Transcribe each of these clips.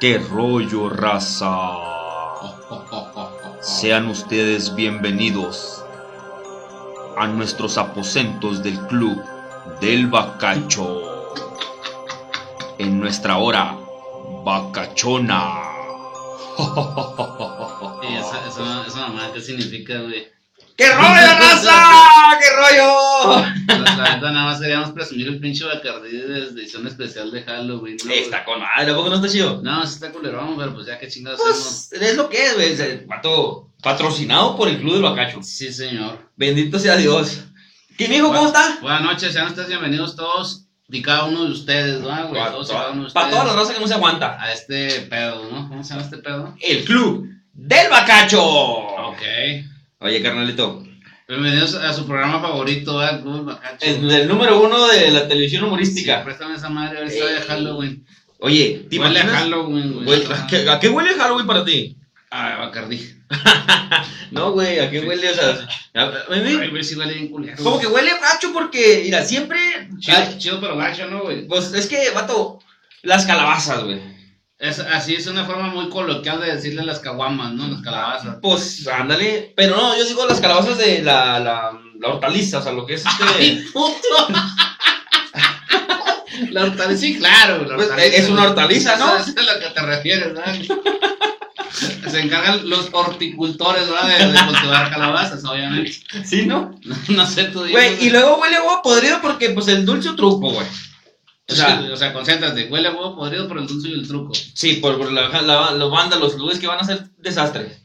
¡Qué rollo, raza! Sean ustedes bienvenidos a nuestros aposentos del Club del Bacacho. En nuestra hora bacachona. Esa, esa, esa mamá, ¿qué significa, güey? ¡Qué rollo, raza! ¡Qué rollo! La, Pues, la verdad, nada más queríamos presumir el pinche Bacardí de de edición especial de Halloween, ¿no? güey? Está con madre, ¿a poco no está chido? No, sí está culerón, pero pues ya qué chingados hacemos. Pues, es lo que es, güey. es el pato patrocinado por el Club del Bacacho. Sí, señor. Bendito sea Dios. ¿Qué, mijo, cómo está? Buenas noches, sean ustedes bienvenidos todos y cada uno de ustedes, ¿no, güey? Para Todos y cada uno de ustedes. todas las razas que no se aguanta. A este pedo, ¿no? ¿Cómo se llama este pedo? El Club del Bacacho. Ok. Oye, carnalito. Bienvenidos a su programa favorito, ¿verdad? Club Bacacho. El, el número uno de la televisión Sí, humorística. préstame esa madre, a ver si está de Halloween. Oye, Eh, ¿te Huele a imaginas? Halloween, güey. Güey, ¿a, qué, a qué huele Halloween para ti? Ah, Bacardí. No, güey, ¿a qué huele? O sea, a- a- a mí- Ay, güey, sí huele bien culero. como que huele gacho porque, mira, siempre. Chido, Ay, chido pero gacho, ¿no, güey? pues es que, vato, las calabazas, güey. Es, así es una forma muy coloquial de decirle las caguamas, ¿no? Las calabazas. Pues ándale. Pero no, yo digo las calabazas de la, la, la hortaliza, o sea, lo que es este. puto! la hortaliza, sí, claro. la Pues, es una hortaliza, ¿no? Eso es a lo que te refieres, ¿verdad? Se encargan los horticultores, ¿verdad? De, de cultivar calabazas, obviamente. Sí, ¿no? No, no sé tú Güey, y luego huele a huevo podrido porque, pues, el dulce o truco, güey. O sea, o sea, concéntrate. Huele a huevo podrido por el dulce y el truco. Sí, por, por la, la- los bandas, los lugares que van a ser desastres.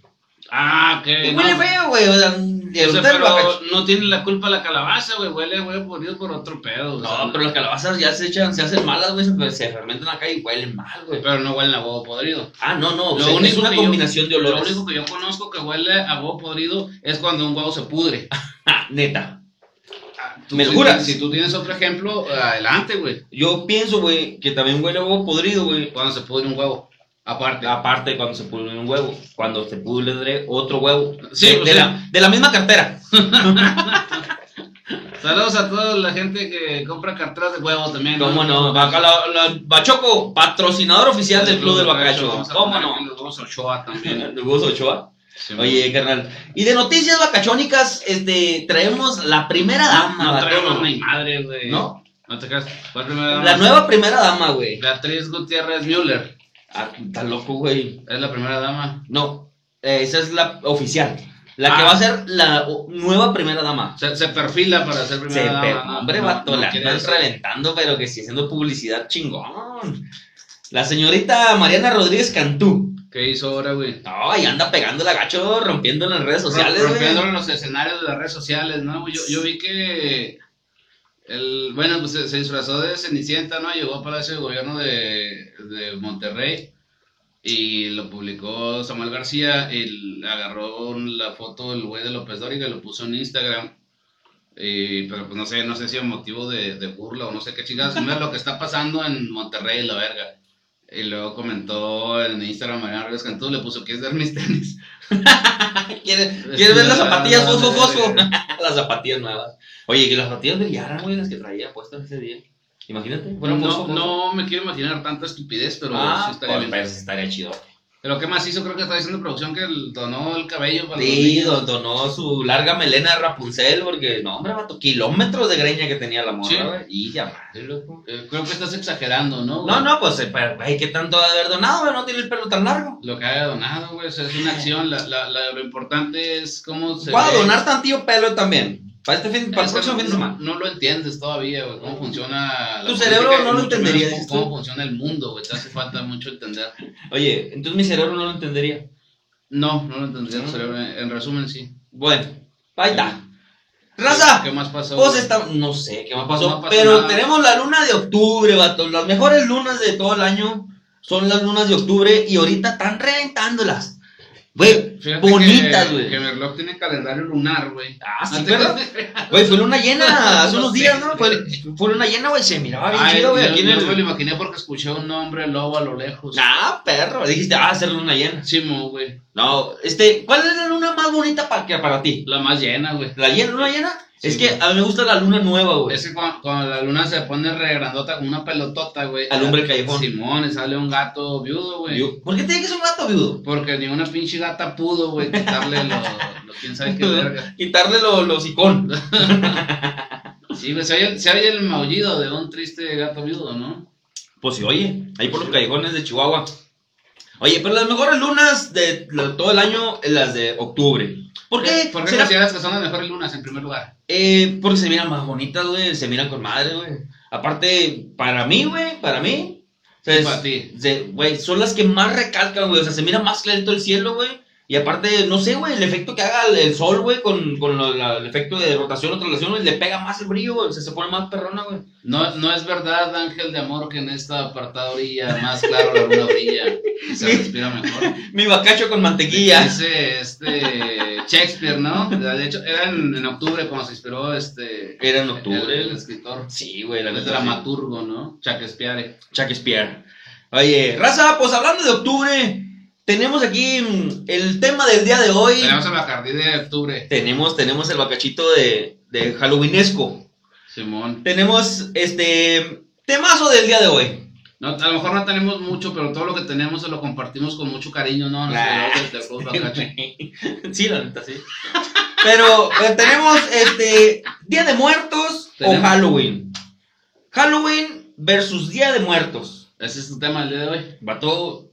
Ah, ok. Y no. huele feo, güey. Eh, O sea, O el sea, del pero bacacho. no tiene la culpa la calabaza, güey. Huele a huevo podrido por otro pedo. o sea, No, pero las calabazas ya se echan, se hacen malas, güey, se- pues, se fermentan acá y huelen mal, güey. Pero no huelen a huevo podrido. Ah, no, no, Lo o sea, es único una que yo- combinación de Lo olores. único que yo conozco que huele a huevo podrido es cuando un huevo se pudre. Ah, neta. Ah, Tú, ¿Me si- juras? Si, tú tienes otro ejemplo, adelante, güey. Yo pienso, güey, que también huele a huevo podrido, güey. Cuando se pudre un huevo. Aparte. Aparte cuando se pudre un huevo, cuando se pudre otro huevo. Sí, de, pues, de sí. la, de la misma cartera. Saludos a toda la gente que compra carteras de huevo también. ¿Cómo no? Acá la- la- Bachoco, patrocinador oficial del Club del Bacacho. Vamos a ¿Cómo poner no? aquí Los huevos Ochoa también. ¿De Gus Ochoa? Sí, Oye, carnal. Y de noticias bacachónicas, este, traemos la primera no, dama. no vato. traemos ni madre, güey. ¿No? No te creas. ¿Cuál primera dama? La nueva primera dama, güey. Beatriz Gutiérrez Müller. Ah, está loco, güey. Es la primera dama. No, eh, esa es la oficial. La que Ah. va a ser la o- nueva primera dama. Se, se perfila para ser Se primera dama. pe- ¿no? hombre, No, vato, no la quiere están decir- reventando, pero que sí haciendo publicidad chingón. La señorita Mariana Rodríguez Cantú. ¿Qué hizo ahora, güey? Ay, anda pegando la gacho, rompiendo en las redes sociales, Ro- güey. Rompiendo los escenarios de las redes sociales, ¿no? güey? Yo, yo vi que. El, bueno, pues se, se disfrazó de Cenicienta, ¿no? Llegó a Palacio de Gobierno de, de Monterrey y lo publicó Samuel García. Y agarró un- la foto del güey de López Dóriga y lo puso en Instagram. Y, pero pues no sé, no sé si a motivo de, de burla o no sé qué chicas. Mira lo que está pasando en Monterrey, la verga. Y luego comentó en Instagram Mariana Rodríguez Cantú, le puso, ¿quieres ver mis tenis? ¿Quieres, quieres ver las zapatillas fosfo, fosfo? las zapatillas nuevas. Oye, que las zapatillas brillaran, güey, las que traía puestas ese día. Imagínate. Bueno, fueron no, fosfo, fosfo. no me quiero imaginar tanta estupidez, pero pues, Ah, sí estaría pues, bien. estaría chido. Pero ¿qué más hizo? Creo que está diciendo producción que el- donó el cabello para los Sí, niños. don- donó su larga melena de Rapunzel porque, no, hombre, vato, kilómetros de greña que tenía la morra, Sí. güey. Y ya, madre, loco. Eh, Creo que estás exagerando, ¿no? güey? No, no, pues, eh, pa- ay, ¿qué tanto ha de haber donado, güey? No tiene el pelo tan largo. Lo que haya donado, güey, o sea, es una acción. La, la- la- lo importante es cómo se. Voy a ve. donar tantillo pelo también. Para este fin, para el Es que próximo no- fin de semana. No lo entiendes todavía, güey, cómo funciona. la Tu cerebro política no lo y mucho menos entendería, cómo- dices tú. Cómo funciona el mundo, güey, te hace falta mucho entender. Oye, entonces mi cerebro no lo entendería. No, no lo entendería tu No. cerebro. En resumen, sí. Bueno, ahí está. ¿Qué Raza, pues, más pasó? vos güey? está... No sé qué más No pasó, pasa pero nada. tenemos la luna de octubre, vato. Las mejores lunas de todo el año son las lunas de octubre y ahorita están reventándolas. Güey, Fíjate bonitas, que- güey. Que Merlock tiene calendario lunar, güey. Ah, sí, No te ¿verdad? creas. Güey, fue luna llena hace No unos sé. días, ¿no? Fue, fue luna llena, güey, se miraba Ah, bien Ay, chido, güey. yo- aquí en yo el- me lo imaginé porque escuché un nombre lobo a lo lejos. Nah, perro, dijiste, ah, hacer luna llena. Chimo, güey. No, este, ¿cuál es la luna más bonita para, que, para ti? La más llena, güey. ¿La llena, luna llena? es Sí, que güey. a mí me gusta la luna nueva, güey. Es que cuando, cuando la luna se pone re grandota como una pelotota, güey. Alumbra el callejón. Simón, y sale un gato viudo, güey. Yo- ¿Por qué tiene que ser un gato viudo? Porque ni una pinche gata pudo, güey, quitarle lo, lo quién sabe qué verga. Quitarle lo- los icón. Sí, güey, se oye, se oye el maullido de un triste gato viudo, ¿no? Pues sí, oye, ahí por los callejones de Chihuahua. Oye, pero las mejores lunas de lo- todo el año, eh, las de octubre. ¿Por qué? ¿Por qué ¿Será- consideras que son las mejores lunas en primer lugar? Eh, porque se miran más bonitas, güey. Se miran con madre, güey. Aparte, para mí, güey, para mí. o sea, Y es- para ti. se- güey, son las que más recalcan, güey. O sea, se mira más clarito el cielo, güey. Y aparte, no sé, güey, el efecto que haga el, el sol, güey, con, con lo- la- el efecto de rotación o traslación, güey, le pega más el brillo, güey. O sea, se pone más perrona, güey. No, no es verdad, Ángel de Amor, que en esta apartada orilla más claro la luna brilla y se Sí. respira mejor. Mi bacacho con mantequilla. Dice este Shakespeare, ¿no? De hecho, era en, en octubre cuando se inspiró este Era en el, el octubre. escritor, Sí, güey, la el neta. sí. dramaturgo, ¿no? Shakespeare. Shakespeare. Oye, raza, pues hablando de octubre, tenemos aquí mm, el tema del día de hoy. Tenemos el Bacardí de octubre, Tenemos, tenemos el bacachito de, de Halloweenesco. Simón. Tenemos este temazo del día de hoy. No, a lo mejor no tenemos mucho, pero todo lo que tenemos se lo compartimos con mucho cariño, ¿no? A Nah. Nuestros del Club Bacache. sí, la neta, sí. Pero eh, tenemos este Día de Muertos o Tenemos- Halloween. Halloween versus Día de Muertos. Ese es el tema del día de hoy. Vato.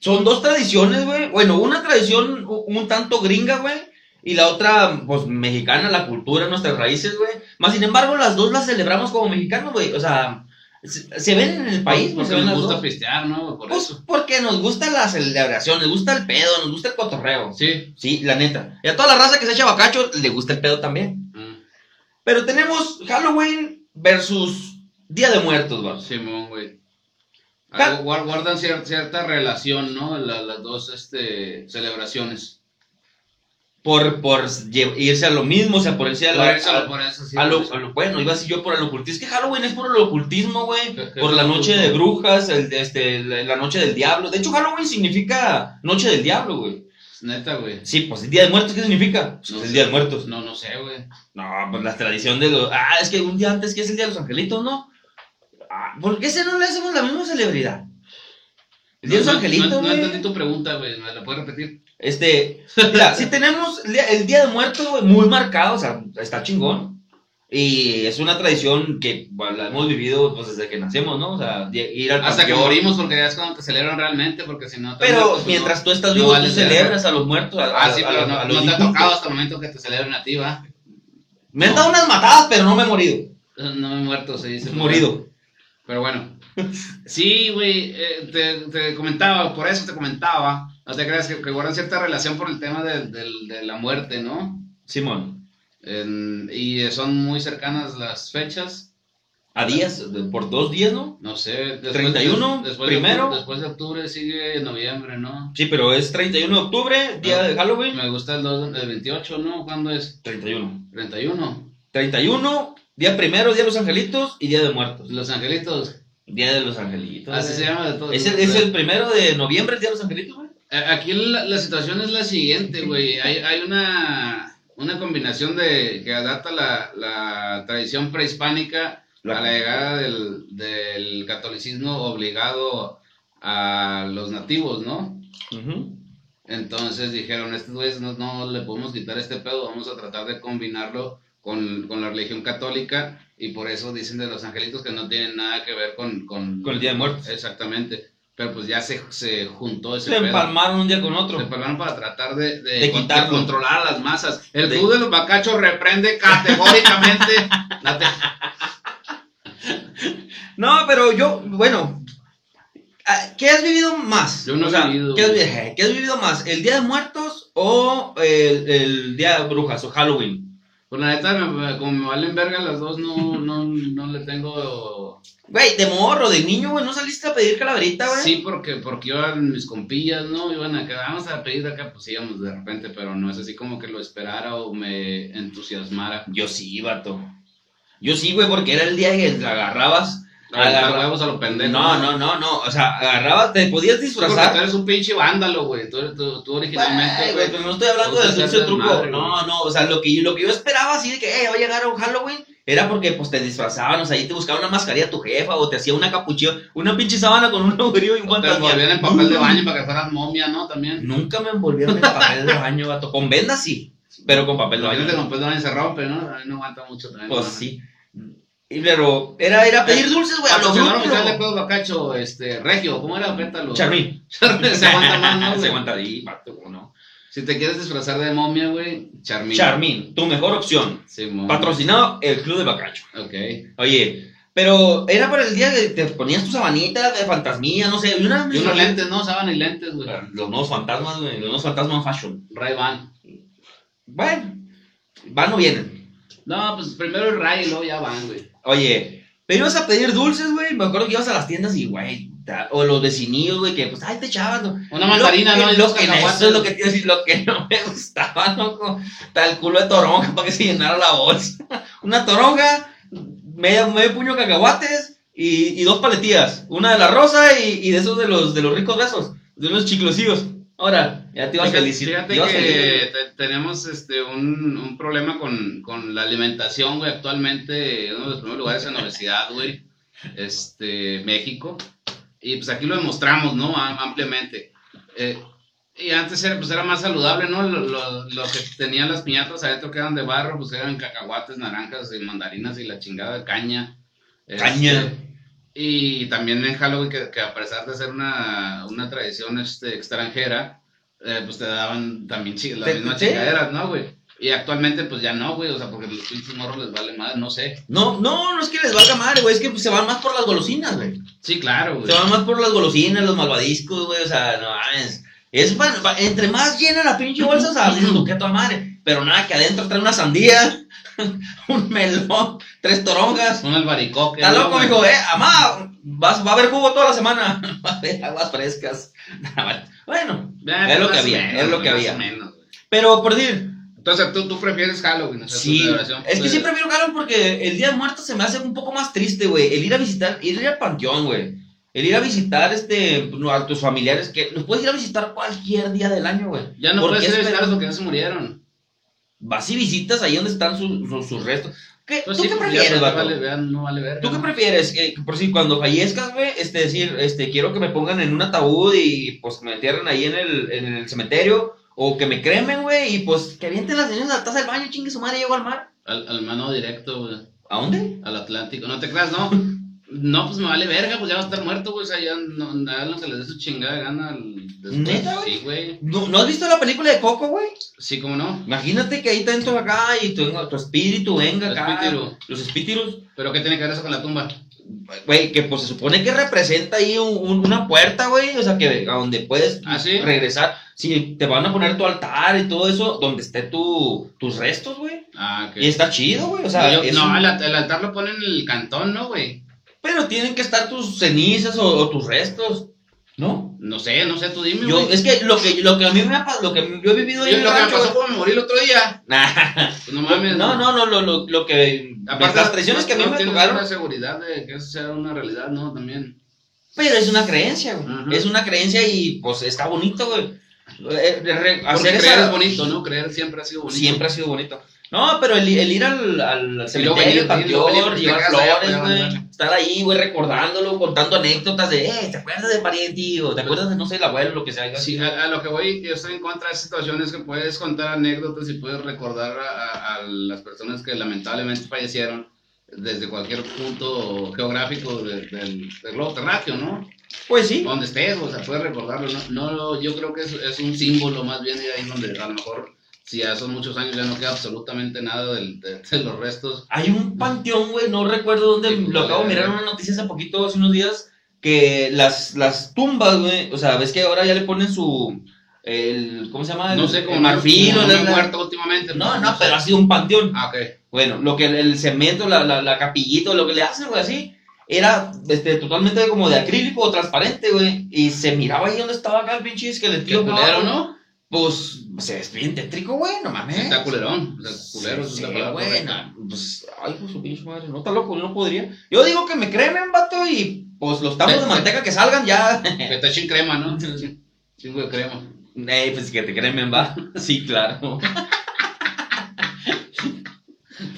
Son dos tradiciones, güey. Bueno, una tradición u- un tanto gringa, güey. Y la otra, pues, mexicana, la cultura, nuestras raíces, güey. Más sin embargo, las dos las celebramos como mexicanos, güey. O sea, se, se ven en el país, pues, se porque ven nos las gusta dos. pistear, ¿no? Por Pues eso. porque nos gusta la celebración, nos gusta el pedo, nos gusta el cotorreo. Sí. Sí, la neta. Y a toda la raza que se echa bacacho, le gusta el pedo también. Mm. Pero tenemos Halloween versus Día de Muertos, vamos. Simón, güey. Ca- Algo- guar- Guardan cier- cierta relación, ¿no? La- las dos este, celebraciones. Por, por lle- irse a lo mismo, o sea, por irse a, la- Por eso, a- por eso, sí, a por lo, eso. a lo- Bueno, iba a decir yo por el ocultismo. Es que Halloween es por el ocultismo, güey. Que- que Por es la lo noche justo. de brujas, el, de este, la, la noche del diablo. De hecho, Halloween significa noche del diablo, güey. Neta, güey. Sí, pues el Día de Muertos, ¿qué significa? Pues, No el sé. Día de Muertos. No, no sé, güey. No, pues la tradición de los. Ah, es que un día antes que es el día de los angelitos, ¿no? Ah, ¿Por qué ese no le hacemos la misma celebridad? El día de No- los no- angelitos, No, no güey. entendí tu pregunta, güey. ¿Me la puedes repetir? Este, mira, si tenemos el día, el Día de muertos, güey, muy marcado, o sea, está chingón. Y es una tradición que bueno, la hemos vivido pues, desde que nacemos, ¿no? O sea, de- ir al Hasta que panteón. morimos, porque ya es cuando te celebran realmente, porque si no. te Pero muertos, pues, mientras tú estás no vivo, vale tú verga. celebras a los muertos. no. A, Ah, a- sí, a- pero a- no, a no los te ha difuntos. tocado hasta el momento que te celebren a ti, va. Me han No. dado unas matadas, pero no me he morido. No me he muerto, se dice. Morido. Pero bueno. Sí, güey, eh, te, te comentaba, por eso te comentaba. No te creas que, que guardan cierta relación por el tema del- del- de, la muerte, ¿no? Simón, En- y eh, son muy cercanas las fechas. a días, de- por dos días, ¿no? No sé. Después, 31, de primero. octubre- después de octubre sigue noviembre, ¿no? Sí, pero es 31 de octubre, día Ah. de Halloween. Me gusta el, dos- el 28, ¿no? ¿Cuándo es? 31. 31. 31, día primero, día de los angelitos y día de muertos. Los angelitos. Día de los angelitos. Así güey. se llama de todo. ¿Es el, es el primero de noviembre, el día de los angelitos, güey? Eh, Aquí la, la situación es la siguiente, güey. Hay, hay una, una combinación de que adapta la, la tradición prehispánica a la llegada del, del catolicismo obligado a los nativos, ¿no? Ujú. Entonces dijeron, estos güeyes no, no le podemos quitar este pedo, vamos a tratar de combinarlo con, con la religión católica y por eso dicen de los angelitos que no tienen nada que ver con... Con, Con el día de muertos. Exactamente. Pero pues ya se, se juntó ese Se pedo. empalmaron un día con Se otro. prepararon para tratar de, de, De con- de quitarlo. controlar a las masas. El De- club de los bacachos reprende categóricamente. la te- No, pero yo, bueno. ah, ¿Qué has vivido más? Yo no he vivido, ¿qué, has, vi- eh, güey. ¿Qué has vivido más? ¿El día de muertos o el, el día de brujas o Halloween? Pues la neta, me- como me valen verga las dos, no, no, no le tengo. Güey, de morro, de niño, güey, ¿no saliste a pedir calaverita, güey? Sí, porque, porque iban mis compillas, ¿no? Iban acá, vamos a pedir acá, pues íbamos de repente, pero no es así como que lo esperara o me entusiasmara. Yo sí, vato. Yo sí, güey, porque era el día que la agarrabas Aventar Agarra- huevos a los pendejos. No, no, no, no. O sea, agarrabas, te podías Porque tú disfrazar. eres un pinche vándalo, güey. Tú, tú, tú originalmente, Ay, güey, güey. pero no estoy hablando Te de gusta hacerse hacer truco. desmadre, no, güey. no. O sea, lo que, lo que yo esperaba así de que eh, va a llegar un Halloween era porque pues te disfrazaban. O sea, ahí te buscaba una mascarilla tu jefa o te hacía una capuchilla, una pinche sábana con un agujerillo y un Te fantasma. envolvían en papel de baño para que fueras momia, ¿no? También. Nunca me envolvieron en papel de baño, gato. Con vendas sí, pero con papel de baño. Imagínate que con papel de baño se rompe, ¿no? A mí no aguanta mucho también. Pues ¿no? sí. Y, pero era, era pedir dulces, güey, a los Eh, Patrocinador oficial de grupos. Pedro Bacacho, este, Regio, ¿cómo era? Pétalo. Charmín. se aguanta más, ¿no? Se güey? aguanta ahí, vato, ¿cómo no? Si te quieres disfrazar de momia, güey, Charmín. Charmín, tu mejor opción. Sí, momia. Patrocinado el Club de Bacacho. Ok. Oye, pero era para el día que te ponías tu sabanita de fantasmía, no sé. Y una, Y unos lentes, ¿no? Sábana y lentes, güey. Los nuevos fantasmas, güey. Los nuevos fantasmas fashion. Ray Van. Bueno, van o vienen. No, pues primero el Ray y luego ya van, güey. Oye, pero ibas a pedir dulces, güey. Me acuerdo que ibas a las tiendas y, güey, ta- o los vecinillos, güey, que pues, ay, te echaban. ¿no? Una mandarina, lo, ¿no? que- Y Lo unos que, cacahuates. eso es lo que te iba a decir, lo que no me gustaba, loco. Tal culo de toronja para que se llenara la bolsa. Una toronja, medio, medio puño de cacahuates y, y dos paletillas. Una de la rosa y, y de esos de los, de los ricos besos, de unos chiclosillos. Ahora, ya te ibas Fíjate, feliz. fíjate te ibas feliz. que te- tenemos este, un, un problema con, con la alimentación, güey. Actualmente, uno de los primeros lugares en obesidad, güey, este, México. Y pues aquí lo demostramos, ¿no? Am- Ampliamente. Eh, y antes era, pues, era más saludable, ¿no? Lo, lo- lo que tenían las piñatas adentro que eran de barro, pues eran cacahuates, naranjas y mandarinas y la chingada de caña. Este, Caña. y también en Halloween, que, que a pesar de ser una, una tradición este, extranjera, eh, pues te daban también chi- las Te- mismas sí. chingaderas, ¿no, güey? Y actualmente, pues ya no, güey, o sea, porque los pinches morros les vale más, no sé. No, no, no es que les valga madre, güey. Es que pues, se van más por las golosinas, güey. Sí, claro, güey. Se van más por las golosinas, los malvadiscos, güey, o sea, no mames. Es pa- pa- entre más llena la pinche bolsa, o sea, dices tú, que tu madre. Pero nada, que adentro trae una sandía, un melón, tres torongas. Un albaricoque. Está ¿no, loco, güey? mijo, eh, amá, vas, va a haber jugo toda la semana. Va a haber aguas frescas. bueno, Ya, Es lo más que o había, menos, es lo que más había. o menos, güey. pero por decir, Entonces, ¿tú, tú prefieres Halloween, o sea, tu Sí, celebración, es que pues, sí prefiero Halloween porque el Día de Muertos se me hace un poco más triste, güey. El ir a visitar, el ir al panteón, güey. El ir a visitar este, no, a tus familiares, que los puedes ir a visitar cualquier día del año, güey. Pues, Ya no ¿Por puedes qué ser esperar? estar porque ya se murieron. Vas y visitas ahí donde están sus, sus, sus restos. ¿Qué, Pues ¿Tú sí, qué pues, ya prefieres, no vato? vale, verga, no vale verga, ¿Tú qué ¿no? prefieres? Eh, por si cuando fallezcas, güey, este, decir, este, quiero que me pongan en un ataúd y pues me entierren ahí en el, en el cementerio. O que me cremen, güey, y pues que avienten las cenizas a la taza del baño, chingue su madre, llego al mar. Al, al mano directo, güey. ¿A dónde? al Atlántico. No te creas, no. No, pues me vale verga, pues ya va a estar muerto, güey. O sea, ya no, nada, no se les dé su chingada gana. al- Después. ¿Neta, güey? Sí, güey. ¿No, ¿No has visto la película de Coco, güey? Sí, cómo no. Imagínate que ahí te entro acá y tu, tu espíritu venga El acá. espíritu. Los espíritus. Pero ¿qué tiene que ver eso con la tumba? Güey, que pues se supone que representa ahí un- un- una puerta, güey. O sea, que a donde puedes ¿Ah, sí? regresar. Si te van a poner tu altar y todo eso, donde esté tu, tus restos, güey. Ah, ok. Y está chido, güey. O sea, Yo- es no, un- el, at- el altar lo ponen en el cantón, ¿no, güey? pero tienen que estar tus cenizas o, o tus restos, ¿no? No sé, no sé, tú dime, Yo, güey. es que lo que, lo que a mí me ha pasado, lo que yo he vivido ahí Yo- en el lo que me rancho, pasó cuando me morí el otro día. güey. Pues no mames. No, no, no, lo, lo, lo que. Aparte, las traiciones que a mí no me tienes tocaron. la seguridad de que eso sea una realidad, ¿no? También. Pero es una creencia, güey. Ajá. Es una creencia y pues está bonito, güey. Eh, de re- Porque hacer creer esa- es bonito, ¿no? Creer siempre ha sido bonito. Siempre ha sido bonito. No, pero el, el ir al, al al Y luego venir, cementerio, al y luego venir, panteón, llevar te quedas allá, flores, pues, güey. vale. Estar ahí, güey, recordándolo, contando anécdotas de, eh, ¿te acuerdas de pariente? O ¿te acuerdas de, no sé, el abuelo, lo que sea? Sí, a, a lo que voy, yo estoy en contra de situaciones que puedes contar anécdotas y puedes recordar a, a- a las personas que lamentablemente fallecieron desde cualquier punto geográfico de- del, del globo terráqueo, ¿no? Pues sí. Donde estés, o sea, puedes recordarlo, ¿no? No, yo creo que es, es un símbolo más bien y ahí donde a lo mejor, si ya son muchos años, ya no queda absolutamente nada del- de, de los restos. Hay un panteón, güey, no recuerdo dónde, Sí, lo acabo de vale, mirar en vale. una noticia hace poquito, hace unos días, que las, las tumbas, güey, o sea, ves que ahora ya le ponen su, el, ¿cómo se llama? Ah, El- No sé, el como marfil como o no la- me he la- muerto últimamente. No, pues, no, sé. pero ha sido un panteón. Ah, ok. Bueno, lo que el, el cemento, la, la, la capillita, o lo que le hacen, güey, así, era este, totalmente como de acrílico o transparente, güey, y se miraba ahí donde estaba acá el pinche Qué esqueletillo. culero, ¿no? pues, pues es bien tétrico, güey, no mames. Está culerón. Está culero, Sí, es la sí, palabra güey, correcta. no, pues, ay, pues su pinche madre, no está loco, yo no podría. Yo digo que me cremen, vato, y pues los tapos de manteca que salgan ya. Que está sin crema, ¿no? Chingo de crema. Ey, pues que te cremen, va. Sí, claro.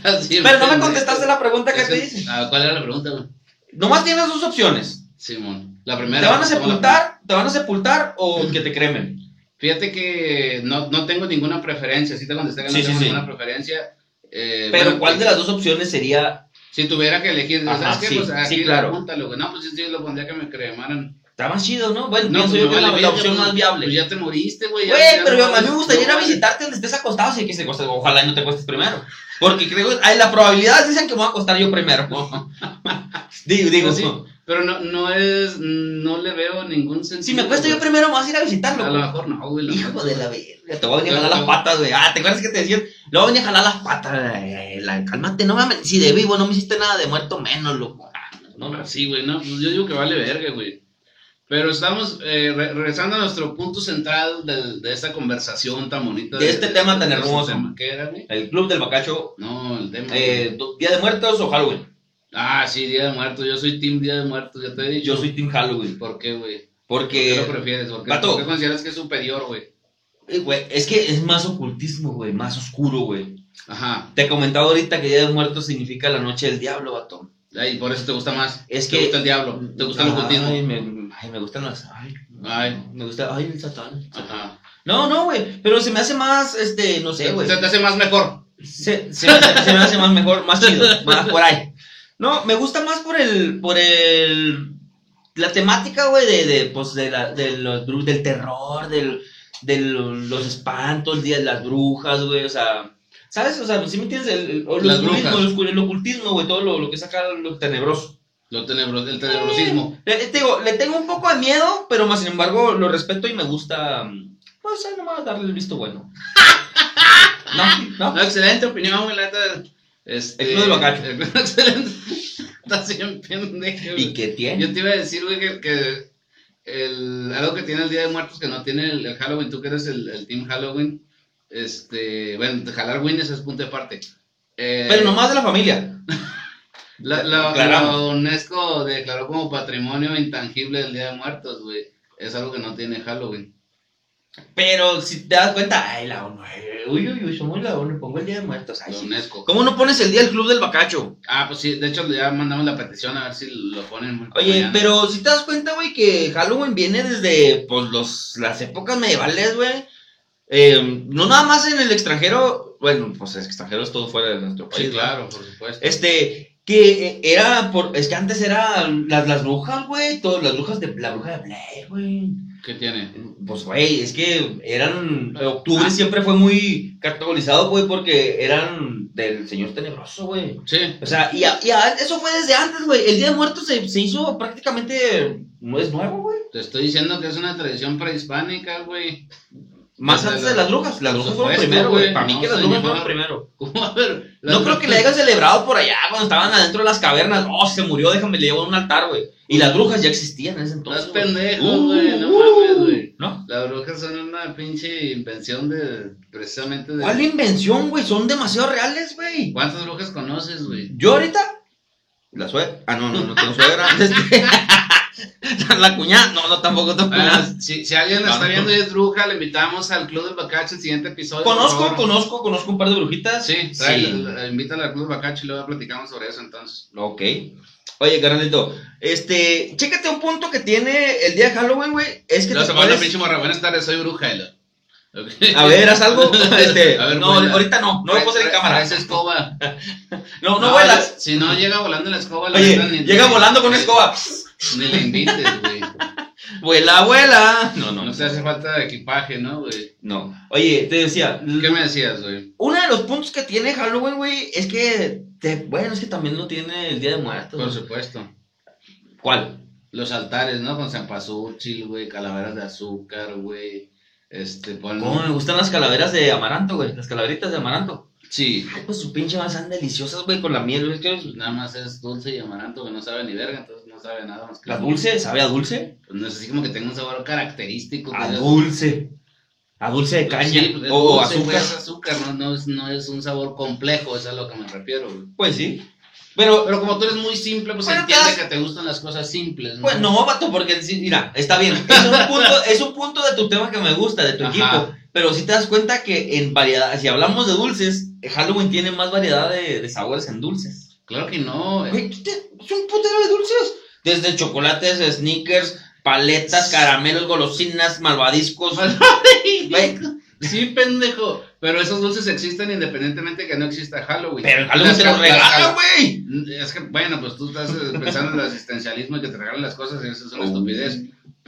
Así, Pero no me güey. contestaste la pregunta que Ese- te hice. Ah, ¿Cuál era la pregunta, güey? Nomás tienes dos opciones. Simón. La primera. Te van a ¿cómo la- sepultar, te van a sepultar o que te cremen. Fíjate que no, no tengo ninguna preferencia. Sí te contesté que no Sí, sí, tengo sí. ninguna preferencia. Eh, Pero bueno, ¿cuál pues, de las dos opciones sería? Si tuviera que elegir, ¿no? Ajá, ¿sabes qué? sí, pues sí, aquí claro. apúntalo, güey. No, pues sí, lo pondría que me cremaran. Está más chido, ¿no? Bueno, No, pienso pues, yo que me es la, vale la verga, opción pues, más viable. Pues ya te moriste, güey. ya- Güey, ya pero no a mí me vales- gustaría ir no a vales. visitarte donde estés acostado, si que se cuesta- ojalá y no te cuestes primero. Porque creo que hay la probabilidad, dicen que me voy a acostar yo primero. digo, digo, Pues sí, Pero no, no es. No le veo ningún sentido. si me cuesta yo güey. primero, me vas a ir a visitarlo. A lo güey. mejor no, güey. la Hijo neta, de güey. la verga, te voy a venir a jalar las patas, güey. Ah, ¿te acuerdas que te decían? Luego venía a jalar las patas, eh, la, cálmate, no mames. Si de vivo no me hiciste nada de muerto, menos, loco. Ah, No, No, no. no, sí, güey, no, pues yo digo que vale verga, güey. Pero estamos eh, re- regresando a nuestro punto central del- de, esta conversación tan bonita. De este tema tan de este hermoso. tema. ¿Qué era, güey? El Club del Bacacho, No, el tema. eh, do- Día de Muertos o Halloween. Ah, sí, Día de Muertos. Yo soy Team Día de Muertos, ya te he dicho. Yo soy Team Halloween. ¿Por qué, güey? ¿Por ¿Qué lo Porque, prefieres? ¿Por qué, Eh, Vato. por qué consideras que es superior, güey? eh, güey, es que es más ocultismo, güey, más oscuro, güey. Ajá. Te comentaba ahorita que Día de Muertos significa la noche del diablo, vato. Ay, por eso te gusta más. Es Te que- gusta el diablo. Te gusta el ocultismo. Ay, me, ay, me gustan las. Ay, Ay. Me gusta. Ay, el satán. Ajá. No, no, güey. Pero se me hace más, este, no sé, güey. Se te hace más mejor. Se, se me hace, se me hace más mejor, más chido, más por ahí. No, me gusta más por el, por el, la temática, güey, de, de, pues, de la, de los bru- del terror, del, de los espantos, el día de las brujas, güey, o sea, ¿sabes? O sea, si me entiendes, el, el- el Las oscurismo, brujas. el oscur- el ocultismo, güey, todo lo, lo que saca lo tenebroso. Lo tenebro- el tenebrosismo. Le, te digo, le tengo un poco de miedo, pero más sin embargo lo respeto y me gusta, mm, pues, ahí nomás darle el visto bueno. No, no, No, excelente opinión, güey, la neta. Este, El Eh. club del bacacho. el club- excelente. Estás bien pendejo. güey. ¿Y qué tiene? Yo te iba a decir, güey, que, que el, algo que tiene el Día de Muertos que no tiene el, el Halloween, tú que eres el, el Team Halloween, este, bueno, jalar Winners es punto de parte. Eh, Pero nomás de la familia. La, la- Aclaramos. la UNESCO declaró como patrimonio intangible el Día de Muertos, güey. Es algo que no tiene Halloween. Pero si te das cuenta, ay, la ONU. eh, Uy, uy, uy, somos la ONU. Pongo el día de muertos. Ay, La sí. UNESCO. ¿Cómo no pones el día del club del bacacho? Ah, pues sí, de hecho ya mandamos la petición a ver si lo ponen. güey, Oye, mañana. pero si te das cuenta, güey, que Halloween viene desde pues, los, las épocas medievales, güey. Eh, no nada más en el extranjero. Bueno, pues el extranjero es todo fuera de nuestro Sí, país. ¿verdad? claro, por supuesto. Este, que eh, era por. Es que antes eran las, las brujas, güey. Todas las brujas de. La bruja de Blair, güey. ¿Qué tiene? Pues, güey, es que eran. Octubre siempre fue muy cartobolizado, güey, porque eran del Señor Tenebroso, güey. Sí. O sea, y, a- y a- eso fue desde antes, güey. El Día de Muertos se, se hizo prácticamente. No es nuevo, güey. Te estoy diciendo que es una tradición prehispánica, güey. Más Desde antes de la- las brujas. Las brujas fueron supuesto, primero, güey. güey. Para mí No, que las brujas señor. fueron primero. ¿Cómo? A ver, No creo que le hayan celebrado por allá cuando estaban adentro de las cavernas. Oh, se murió, déjame, le llevo a un altar, güey. Y las brujas ya existían en ese entonces. Estás güey. pendejo, güey. No Uh, mames, güey. ¿No? Las brujas son una pinche invención de. Precisamente de. ¿Cuál invención, güey? Son demasiado reales, güey. ¿Cuántas brujas conoces, güey? Yo ahorita. La suegra. Ah, no, no, no tengo suegra. Este, la cuñada. No, no, tampoco tengo Ah, cuñada. si, si alguien la está Ah, viendo no. y es bruja, le invitamos al Club del Bacacho el siguiente episodio. por Conozco, favor. conozco, conozco un par de brujitas. Sí, Sí. sí. invítala al Club del Bacacho y luego platicamos sobre eso entonces. Ok. Oye, carnalito, este, chécate un punto que tiene el día de Halloween, güey. Es que Luego te se va la puedes- pinche morra. Buenas tardes, soy bruja. y lo- Ok. A ver, haz algo. Este, A ver, no, vuela. ahorita no, no lo puedo hacer en Trae- cámara. trae esa escoba. No, no vuelas. yo- Si no llega volando la escoba, la Oye, neta, ni- llega ni- volando con una escoba. Ni la invites, güey. Vuela, vuela. No, no, No te hace falta equipaje, ¿no, güey? no. Oye, te decía, ¿Qué me decías, güey? Uno de los puntos que tiene Halloween, güey, es que. te- bueno, es que también lo tiene el Día de Muertos. Por güey. supuesto. ¿Cuál? Los altares, ¿no? Con zampasúchil, güey, calaveras de azúcar, güey. Este, pon... ¿Cómo me gustan las calaveras de amaranto, güey? Las calaveritas de amaranto. Sí. Ay, pues su pinche más están deliciosas, güey, con la miel, güey. que- Nada más es dulce y amaranto, que no sabe ni verga, entonces no sabe nada más que... La dulce, ¿sabe a dulce? Pues no es así como que tenga un sabor característico. A que digas, dulce. A dulce de caña Sí, pues, es o dulce, güey, azúcar. es azúcar, no, no, es, no es un sabor complejo, es a lo que me refiero, güey. Pues sí. Pero, Pero como tú eres muy simple, pues Bueno, entiende te das- que te gustan las cosas simples, ¿no? pues no, vato, porque sí, mira, está bien. Es un, punto, es un punto de tu tema que me gusta, de tu Ajá. equipo. Pero si te das cuenta que en variedad, si hablamos de dulces, Halloween tiene más variedad de, de sabores en dulces. Claro que no, güey. Güey, ¿qué te- es un putero de dulces. Desde chocolates, sneakers, paletas, caramelos, golosinas, malvadiscos. Güey, Sí, pendejo. Pero esos dulces existen independientemente que no exista Halloween. pero en Halloween Las te los ca- regala, las- güey. Es que, bueno, pues tú estás eh, pensando en el asistencialismo y que te regalan las cosas y eso es una Oh. estupidez.